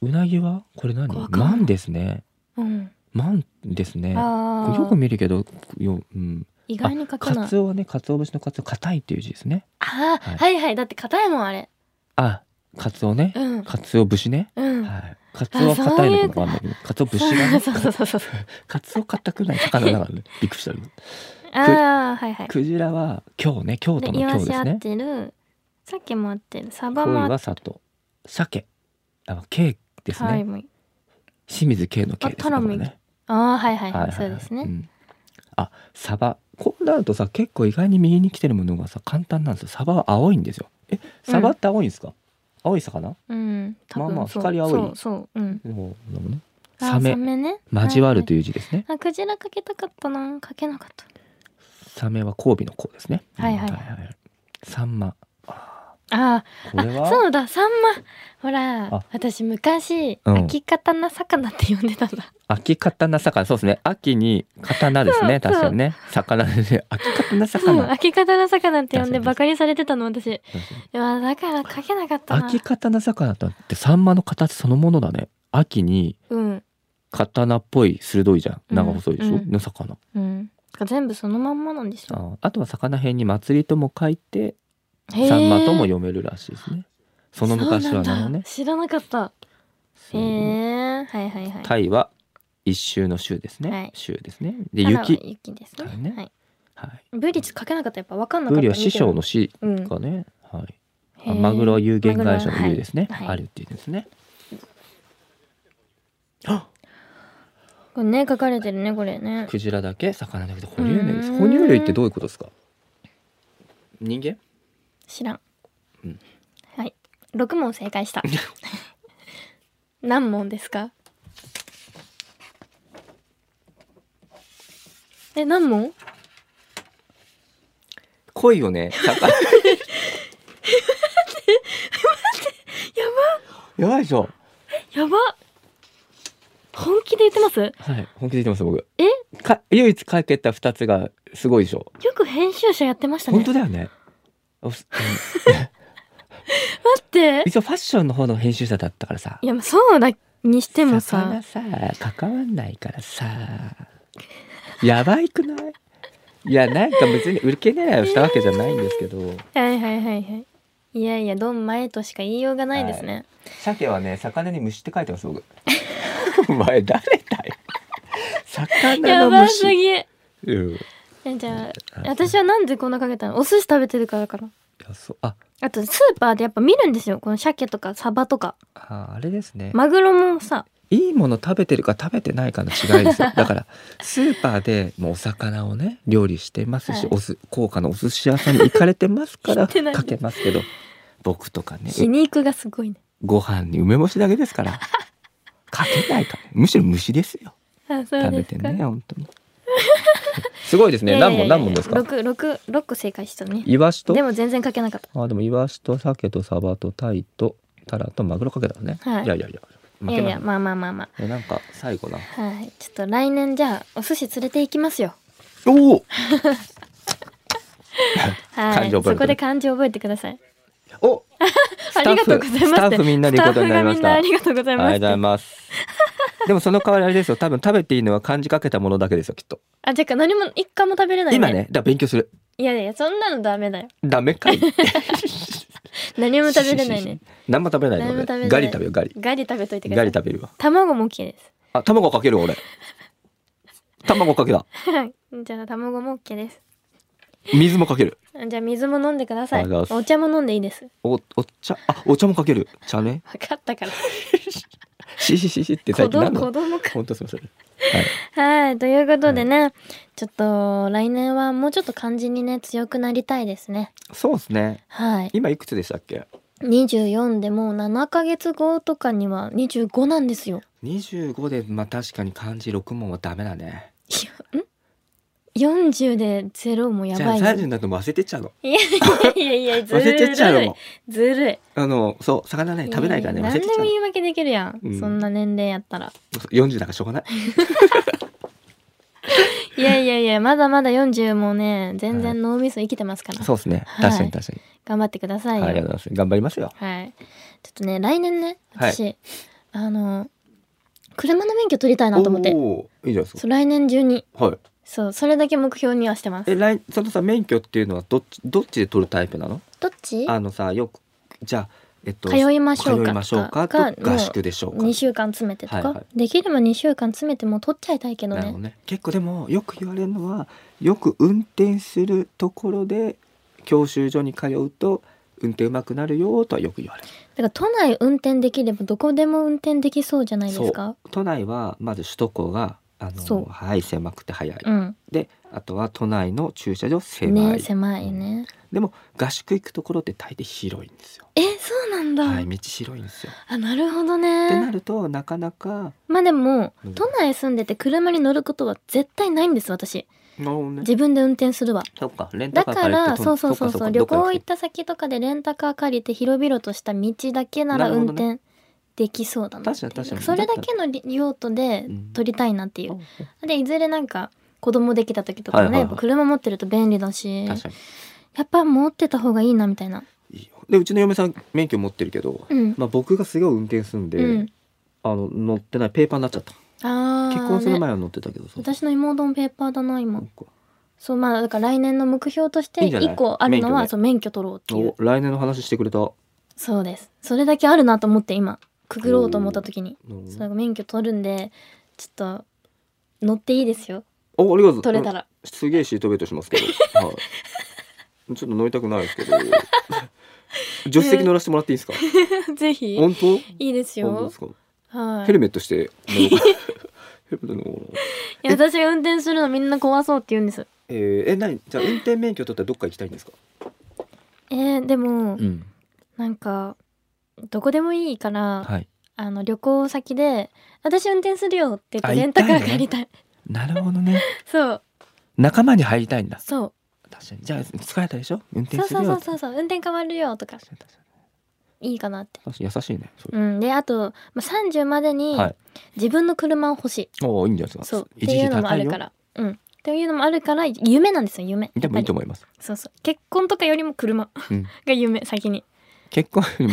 Speaker 3: うなぎはこれ何
Speaker 2: わかんない
Speaker 3: マンですね
Speaker 2: うん
Speaker 3: マンですね
Speaker 2: あ
Speaker 3: こ
Speaker 2: あ
Speaker 3: れよく見るけどようん
Speaker 2: 意外に書く
Speaker 3: カ
Speaker 2: な
Speaker 3: ツオはねカツオ節のカツオ硬いっていう字ですね
Speaker 2: あーはいはいだって硬いもんあれ
Speaker 3: あカツオね
Speaker 2: うん
Speaker 3: カツオ節ね
Speaker 2: うん
Speaker 3: はいカツオは硬いのかもわかんないけどカツオ節がね
Speaker 2: そうそうそうそうそう
Speaker 3: カツオ硬くない魚だからねびっくりした今
Speaker 2: ああはいはい
Speaker 3: クジラは今日ね京都
Speaker 2: で
Speaker 3: の
Speaker 2: イ
Speaker 3: 今
Speaker 2: ワ
Speaker 3: 日
Speaker 2: シ
Speaker 3: で
Speaker 2: 合
Speaker 3: す
Speaker 2: っ
Speaker 3: ね
Speaker 2: てるさっきも合ってるサバ
Speaker 3: 恋
Speaker 2: も合
Speaker 3: は
Speaker 2: って
Speaker 3: 里鮭あのケイですね、
Speaker 2: はいもう
Speaker 3: 清水圭の圭です
Speaker 2: あ
Speaker 3: ね
Speaker 2: タラ
Speaker 3: こ
Speaker 2: も
Speaker 3: れね
Speaker 2: ああはいはい
Speaker 3: は
Speaker 2: はいい
Speaker 3: は
Speaker 2: そ
Speaker 3: いうはい
Speaker 2: ですね
Speaker 3: んあサバこうなるとさ結構意外に右に来てるものがさ簡単なんですよサバは青いんですよえサバって青いんですか、青い魚
Speaker 2: うん多
Speaker 3: まあ
Speaker 2: 分
Speaker 3: まあ
Speaker 2: そう
Speaker 3: 光青い
Speaker 2: そうそううん
Speaker 3: でもでもね
Speaker 2: あー
Speaker 3: サメ
Speaker 2: サメね
Speaker 3: 交わると
Speaker 2: いう
Speaker 3: いう字ですね、
Speaker 2: あクジラかけたかったなかけなかった
Speaker 3: サメは交尾の交ですね
Speaker 2: はいはい
Speaker 3: うんいサンマ
Speaker 2: あ
Speaker 3: これ
Speaker 2: あ
Speaker 3: は
Speaker 2: そうだサンマほら
Speaker 3: あ
Speaker 2: 私昔
Speaker 3: うん
Speaker 2: 秋刀魚って呼んでたんだ
Speaker 3: 秋刀魚そうですね秋に刀ですね
Speaker 2: そう
Speaker 3: 確かにね魚ですね秋刀
Speaker 2: う
Speaker 3: 魚
Speaker 2: ん 秋刀魚って
Speaker 3: 確
Speaker 2: 呼ん
Speaker 3: か
Speaker 2: で
Speaker 3: に
Speaker 2: バカにされてたの私いやだからかけなかったな
Speaker 3: 秋刀魚だってサンマの形そのものだね秋に
Speaker 2: うん
Speaker 3: 刀っぽい鋭いじゃ
Speaker 2: う
Speaker 3: ん
Speaker 2: ん
Speaker 3: 長細いでしょ、
Speaker 2: うん
Speaker 3: の魚
Speaker 2: うん全部そのまんまなんでしょ
Speaker 3: ああとは魚辺に祭りとも書いて
Speaker 2: へー
Speaker 3: サンマとも読めるらしいですねその昔は
Speaker 2: そ
Speaker 3: な
Speaker 2: うな
Speaker 3: の
Speaker 2: んだ
Speaker 3: ね
Speaker 2: 知らなかったへ
Speaker 3: そう
Speaker 2: えはいはいはい
Speaker 3: タイは一周の周ですね、
Speaker 2: はい
Speaker 3: 周ですねで
Speaker 2: タラは
Speaker 3: 雪
Speaker 2: 雪ですね
Speaker 3: だよね
Speaker 2: はい
Speaker 3: はい
Speaker 2: ブリかけなかったやっぱわかんなかった
Speaker 3: ブリは師匠の師
Speaker 2: うん
Speaker 3: がね、はい
Speaker 2: へ
Speaker 3: あ
Speaker 2: ー
Speaker 3: マグロは有限会社
Speaker 2: マグロ
Speaker 3: の
Speaker 2: は
Speaker 3: 有ですね、
Speaker 2: はい
Speaker 3: あるっていうんですね、
Speaker 2: これね書かれてるねこれね
Speaker 3: クジラだけ魚だけで哺乳類です
Speaker 2: うーん
Speaker 3: 哺乳類ってどういうことですか人間
Speaker 2: 知らん、
Speaker 3: うん
Speaker 2: はい六問正解した 何問ですかえ何問
Speaker 3: 恋をね魚やばいでしょ
Speaker 2: やば本気で言ってます
Speaker 3: はい本気で言ってます僕
Speaker 2: え
Speaker 3: か唯一解けた二つがすごいでしょ
Speaker 2: よく編集者やってましたね
Speaker 3: 本
Speaker 2: 待
Speaker 3: 当だよねあす
Speaker 2: って
Speaker 3: 一応ファッションの方の編集者だったからさ
Speaker 2: いやまあそうだにしてもさ
Speaker 3: 魚さ関わんないからさやばいくないいやなんか別に受け狙いをしたわけじゃないんですけど、
Speaker 2: はいはいはいはいいやいやドンマイとしか言いようがないですね、
Speaker 3: 鮭はね魚に虫って書いてます僕 お前誰だよ魚
Speaker 2: や
Speaker 3: の
Speaker 2: ばす
Speaker 3: 虫
Speaker 2: ぎえ
Speaker 3: うん
Speaker 2: じゃあ
Speaker 3: あ
Speaker 2: 私はなんでこんなかけたのお寿司食べてるからかない
Speaker 3: やそうあ
Speaker 2: あとスーパーでやっぱ見るんですよこの鮭とかサバとか
Speaker 3: ああれですね、
Speaker 2: マグロもさ
Speaker 3: いいもの食べてるか食べてないかの違いです よだからスーパーでもうお魚をね料理してますし、
Speaker 2: はい
Speaker 3: おす高価なお寿司屋さんに行かれてますか
Speaker 2: 行
Speaker 3: ら
Speaker 2: ってない
Speaker 3: かけますけど僕とかね
Speaker 2: 皮肉がすごいね
Speaker 3: ご飯に梅干しだけですから かけないからむしろ虫ですよ
Speaker 2: あそう
Speaker 3: 食
Speaker 2: で
Speaker 3: べ
Speaker 2: すか
Speaker 3: てね本 当にすごいです
Speaker 2: い
Speaker 3: ね
Speaker 2: やいやい
Speaker 3: 何
Speaker 2: や
Speaker 3: 問何問ですか
Speaker 2: 六六六個正解したね
Speaker 3: イワシと
Speaker 2: でも全然かけなかった
Speaker 3: あでもイワシと鮭とサバとタイとタラとマグロかけたのね、
Speaker 2: はい
Speaker 3: いやいやいや負け
Speaker 2: いや
Speaker 3: ないい
Speaker 2: やまあまあまあま
Speaker 3: えなんか最後な
Speaker 2: あはいちょっと来年じゃあお寿司連れて行きますよ
Speaker 3: おお
Speaker 2: は
Speaker 3: 感
Speaker 2: い
Speaker 3: 情覚え
Speaker 2: そ
Speaker 3: る
Speaker 2: こで漢字覚えてください
Speaker 3: お
Speaker 2: あ
Speaker 3: タッフ
Speaker 2: りがとうございます
Speaker 3: スタッフみんなで行くことになりました
Speaker 2: スタッフがみんなありがとうござ
Speaker 3: ありがと
Speaker 2: いま
Speaker 3: うござい
Speaker 2: す
Speaker 3: ますでもその代わりあれですよ多分食べていいのは漢字かけたものだけですよきっと
Speaker 2: あじゃあ何も一貫も食べれない
Speaker 3: 今ねだから勉強する
Speaker 2: いやいやそんなのダメだよ
Speaker 3: ダメ かい
Speaker 2: 何も食べれないね
Speaker 3: 何も食べれない
Speaker 2: 何
Speaker 3: の
Speaker 2: も食べれな
Speaker 3: で
Speaker 2: い
Speaker 3: ガリ食べようガリ
Speaker 2: ガリ食べといてくださ
Speaker 3: ガ
Speaker 2: い
Speaker 3: リ食べるわ
Speaker 2: 卵も OK です
Speaker 3: あ卵かける俺卵かけた
Speaker 2: はいじゃあ卵も OK です
Speaker 3: 水もかける
Speaker 2: じゃあ水も飲んでくださ
Speaker 3: あ
Speaker 2: い
Speaker 3: りがとうござい
Speaker 2: お茶も飲んでいいです
Speaker 3: おお茶あお茶もかける茶ね
Speaker 2: 分か ったから
Speaker 3: ししししって
Speaker 2: 子
Speaker 3: 最近
Speaker 2: 供
Speaker 3: 何
Speaker 2: 子
Speaker 3: の
Speaker 2: 供か
Speaker 3: 本当すみませんはい
Speaker 2: はいということでね、ちょっと来年はもうちょっと漢字にね強くなりたいですね
Speaker 3: そうですね
Speaker 2: はい
Speaker 3: 今いくつでしたっけ
Speaker 2: 24でもう7ヶ月後とかには25なんですよ
Speaker 3: 25でまあ確かに漢字6問はダメだね
Speaker 2: いやん40でゼロもや
Speaker 3: じゃあ
Speaker 2: ばいよ。
Speaker 3: 30になるともう忘れてっちゃうの
Speaker 2: いやいやいやいや、ず
Speaker 3: 忘れてっちゃう
Speaker 2: るい
Speaker 3: の。
Speaker 2: ずるい。
Speaker 3: あのそう魚ね食べないからね
Speaker 2: や
Speaker 3: 忘
Speaker 2: や
Speaker 3: れて
Speaker 2: 何
Speaker 3: っ
Speaker 2: で
Speaker 3: ちゃ
Speaker 2: も
Speaker 3: う
Speaker 2: 言い訳できるやん。
Speaker 3: うん
Speaker 2: そんな年齢やったら。
Speaker 3: の40だからしょうがない
Speaker 2: いやいやいや、まだまだ40もね、全然脳みそ生きてますから。
Speaker 3: そうですね
Speaker 2: はい
Speaker 3: 確かに確かに、
Speaker 2: 頑張ってくださいよ。
Speaker 3: ありがとうございます頑張りますよ
Speaker 2: はい。ちょっとね、来年ね、
Speaker 3: はい
Speaker 2: 私、あの、車の免許取りたいなと思って。
Speaker 3: おーいいじゃないです
Speaker 2: そう、来年中に。
Speaker 3: かはい
Speaker 2: そう、それだけ目標にはしてます。
Speaker 3: え来そのさ免許っていうのはどっちどっちで取るタイプなの
Speaker 2: どっち
Speaker 3: あのさよくじゃあえっと
Speaker 2: 通いましょう
Speaker 3: 通い
Speaker 2: かとか
Speaker 3: ましょうか
Speaker 2: が
Speaker 3: と合宿でしょうか
Speaker 2: 2週間詰めてとか、
Speaker 3: はいは
Speaker 2: できれば2週間詰めてもう取っちゃいたいけど
Speaker 3: なるほ
Speaker 2: ね
Speaker 3: どね結構でもよく言われるのはよく運転するところで教習所に通うと運転うまくなるよとはよく言われる
Speaker 2: だから都内運転できればどこでも運転できそうじゃないですか
Speaker 3: 都内はまず首都高があ
Speaker 2: そう
Speaker 3: のはい狭くて早い、
Speaker 2: うん
Speaker 3: であとは都内の駐車場狭い、
Speaker 2: ね狭いね
Speaker 3: でも合宿行くところって大抵広いんですよ、
Speaker 2: えそうなんだ、
Speaker 3: はいめっちゃ広いんですよ、
Speaker 2: あなるほど
Speaker 3: ってな
Speaker 2: ね
Speaker 3: るとなかなか
Speaker 2: まあでも
Speaker 3: うん
Speaker 2: 都内住んでて車に乗ることは絶対ないんです私
Speaker 3: なるほどね
Speaker 2: 自分で運転するわ
Speaker 3: そっかレン
Speaker 2: だ
Speaker 3: タカー
Speaker 2: か
Speaker 3: 借りて
Speaker 2: ら
Speaker 3: と
Speaker 2: そうそうそう
Speaker 3: っか
Speaker 2: そ
Speaker 3: っ
Speaker 2: う
Speaker 3: か
Speaker 2: 旅行行
Speaker 3: ど
Speaker 2: っ
Speaker 3: か
Speaker 2: た先とかでレンタカー借りて広々とした道だけなら
Speaker 3: なるほど
Speaker 2: 運
Speaker 3: ね
Speaker 2: 転できそうだなっていう
Speaker 3: 確かに確かに
Speaker 2: それだけの利用途で
Speaker 3: うん
Speaker 2: 撮りたいなってい
Speaker 3: に
Speaker 2: う、でいずれなんか子供できた時とかね、
Speaker 3: はいはいはい
Speaker 2: やっぱ車持ってると便利だし
Speaker 3: うん
Speaker 2: や
Speaker 3: 確か
Speaker 2: っぱ持ってた方がいいなみたいな
Speaker 3: にいいよでうちの嫁さん免許持ってるけど、
Speaker 2: うん、
Speaker 3: まあ、僕がすごい運転するんで、
Speaker 2: うん
Speaker 3: あの乗ってないペーパーになっちゃった
Speaker 2: ああ
Speaker 3: 結婚する前は乗ってたけどさ、
Speaker 2: 私の妹もペーパーだな今
Speaker 3: なんか
Speaker 2: そうまあだから来年の目標として
Speaker 3: いいんじゃない
Speaker 2: 一個あるのは
Speaker 3: 免許ね
Speaker 2: そう免許取ろうっていう
Speaker 3: お来年の話してくれたなる
Speaker 2: そうですそれだけあるなと思って今くぐろうと思った時に
Speaker 3: ほどね
Speaker 2: そうなんか免許取るんでちょっと乗っていいですよ
Speaker 3: おありがとう
Speaker 2: 取れたら
Speaker 3: すげえシートベルトしますけど、はい、ちょっと乗りたくないですけ ど助手席乗らせてもらっていいですか
Speaker 2: ぜひ
Speaker 3: 本当
Speaker 2: いいです
Speaker 3: 本当
Speaker 2: よ
Speaker 3: ですか
Speaker 2: はい
Speaker 3: ヘルメットして乗 ろうかヘルメット乗ろうかない
Speaker 2: や私が運転するのみんな怖そうって言うんです
Speaker 3: えー、え何じゃあ運転免許取ったらどっか行きたいんですか
Speaker 2: えー、でも
Speaker 3: ん
Speaker 2: なんかどこでもいいから、
Speaker 3: はい
Speaker 2: あの旅行先で私運転するよって言っ
Speaker 3: あ
Speaker 2: てレンタカー
Speaker 3: 行きたいね
Speaker 2: 借りたい
Speaker 3: なるほどね
Speaker 2: そう
Speaker 3: 仲間に入りたいんだ
Speaker 2: そう
Speaker 3: 確かにじゃあ疲れたでしょ運転
Speaker 2: そう
Speaker 3: する
Speaker 2: そ
Speaker 3: よ
Speaker 2: うそうそうそう運転変わるよとか
Speaker 3: 確かに確か
Speaker 2: いいかなって
Speaker 3: に確かに優しいねそれ
Speaker 2: うんであと、まあ、30までに
Speaker 3: はい
Speaker 2: 自分の車を欲しい、
Speaker 3: おおいいんじゃないです
Speaker 2: そ
Speaker 3: か
Speaker 2: うっていうのもあるからうんっていうのもあるから夢なんですよ夢
Speaker 3: でもいいと
Speaker 2: やっぱ
Speaker 3: 思います、
Speaker 2: りそうそう結婚とかよりも車
Speaker 3: うん、
Speaker 2: が夢先に
Speaker 3: 結婚よりも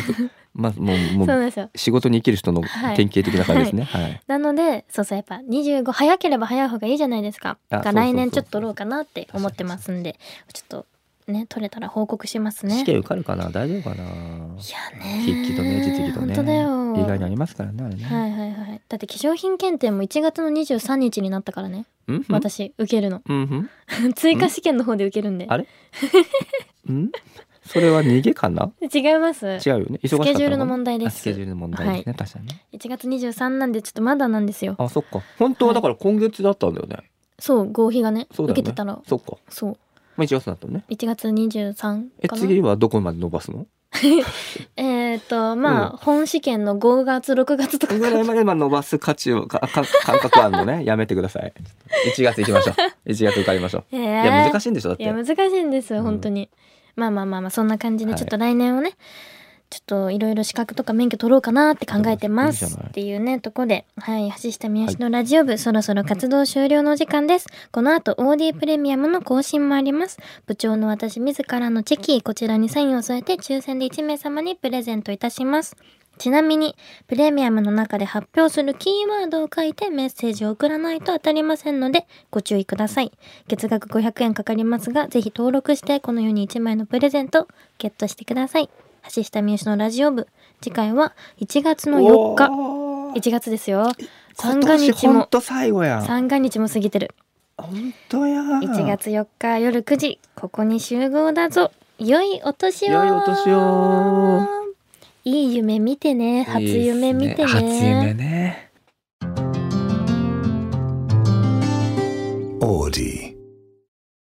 Speaker 3: まあもう
Speaker 2: そ
Speaker 3: も
Speaker 2: うな
Speaker 3: うん
Speaker 2: ですよ
Speaker 3: 仕事に生きる人の
Speaker 2: はい
Speaker 3: 典型的な感じですねはい、
Speaker 2: なのでそうそうやっぱ25早ければ早い方がいいじゃないですか
Speaker 3: あ
Speaker 2: だ
Speaker 3: そ
Speaker 2: から
Speaker 3: うそうそう
Speaker 2: 来年ちょっと取ろうかなって思ってますんでちょっとね取れたら報告しますね
Speaker 3: 試験受かるかな大丈夫かない
Speaker 2: やね
Speaker 3: 筆記とね実技とね
Speaker 2: 本当だよ
Speaker 3: 意外にありますからねあれね、
Speaker 2: はいはいはいだって化粧品検定も1月の23日になったからね
Speaker 3: うんうん
Speaker 2: 私受けるの
Speaker 3: うんうん
Speaker 2: 追加試験の方で受けるんで
Speaker 3: あうんそれは逃げかな
Speaker 2: 違います
Speaker 3: 違うよね忙しかったのかな
Speaker 2: スケジュールの問題で
Speaker 3: あ
Speaker 2: す
Speaker 3: スケジュールの問題ですね、確かにね
Speaker 2: 1月23なんでちょっとまだなんですよ
Speaker 3: あそっか本当はだから今月だったんだよね、
Speaker 2: そう合否がね
Speaker 3: そうだ
Speaker 2: 受
Speaker 3: よね
Speaker 2: けてたら
Speaker 3: そっか
Speaker 2: そう
Speaker 3: まあ1月だったのね
Speaker 2: 1月23
Speaker 3: え
Speaker 2: かな
Speaker 3: 次はどこまで伸ばすの
Speaker 2: えーっとまあ、
Speaker 3: う
Speaker 2: 本試験の5月6月とか
Speaker 3: ぐらいまでまあ伸ばす価値をかか感覚あるのねやめてください1月行きましょう1月受 かりましょう、
Speaker 2: えー
Speaker 3: いや難しいんでしょだっ
Speaker 2: い
Speaker 3: て
Speaker 2: や難しいんですよ
Speaker 3: うん
Speaker 2: 本当に、まあまあまあまあそんな感じで
Speaker 3: はい
Speaker 2: ちょっと来年をね、ちょっといろいろ資格とか免許取ろうかなって考えてま
Speaker 3: いいじ
Speaker 2: す
Speaker 3: ゃない
Speaker 2: っていうねとこではい橋下三好のラジオ部、そろそろ活動終了の時間ですこの後 OD プレミアムの更新もあります部長の私自らのチェキこちらにサインを添えて抽選で1名様にプレゼントいたしますちなみに、プレミアムの中で発表するキーワードを書いてメッセージを送らないと当たりませんので、ご注意ください。月額500円かかりますが、ぜひ登録して、このように1枚のプレゼント、ゲットしてください。橋下美由のラジオ部、次回は1月の4日。
Speaker 3: おー
Speaker 2: 1月ですよ。三
Speaker 3: 今
Speaker 2: が
Speaker 3: 年
Speaker 2: 日
Speaker 3: ほん
Speaker 2: も、
Speaker 3: と最後やん
Speaker 2: 三が日も過ぎてる。
Speaker 3: ほんとやん
Speaker 2: 1月4日夜9時、ここに集合だぞ。良いお年を
Speaker 3: 良いお年を
Speaker 2: いい夢見てね。初夢見
Speaker 3: いい
Speaker 2: てね。
Speaker 3: っす初夢ね
Speaker 1: Audi.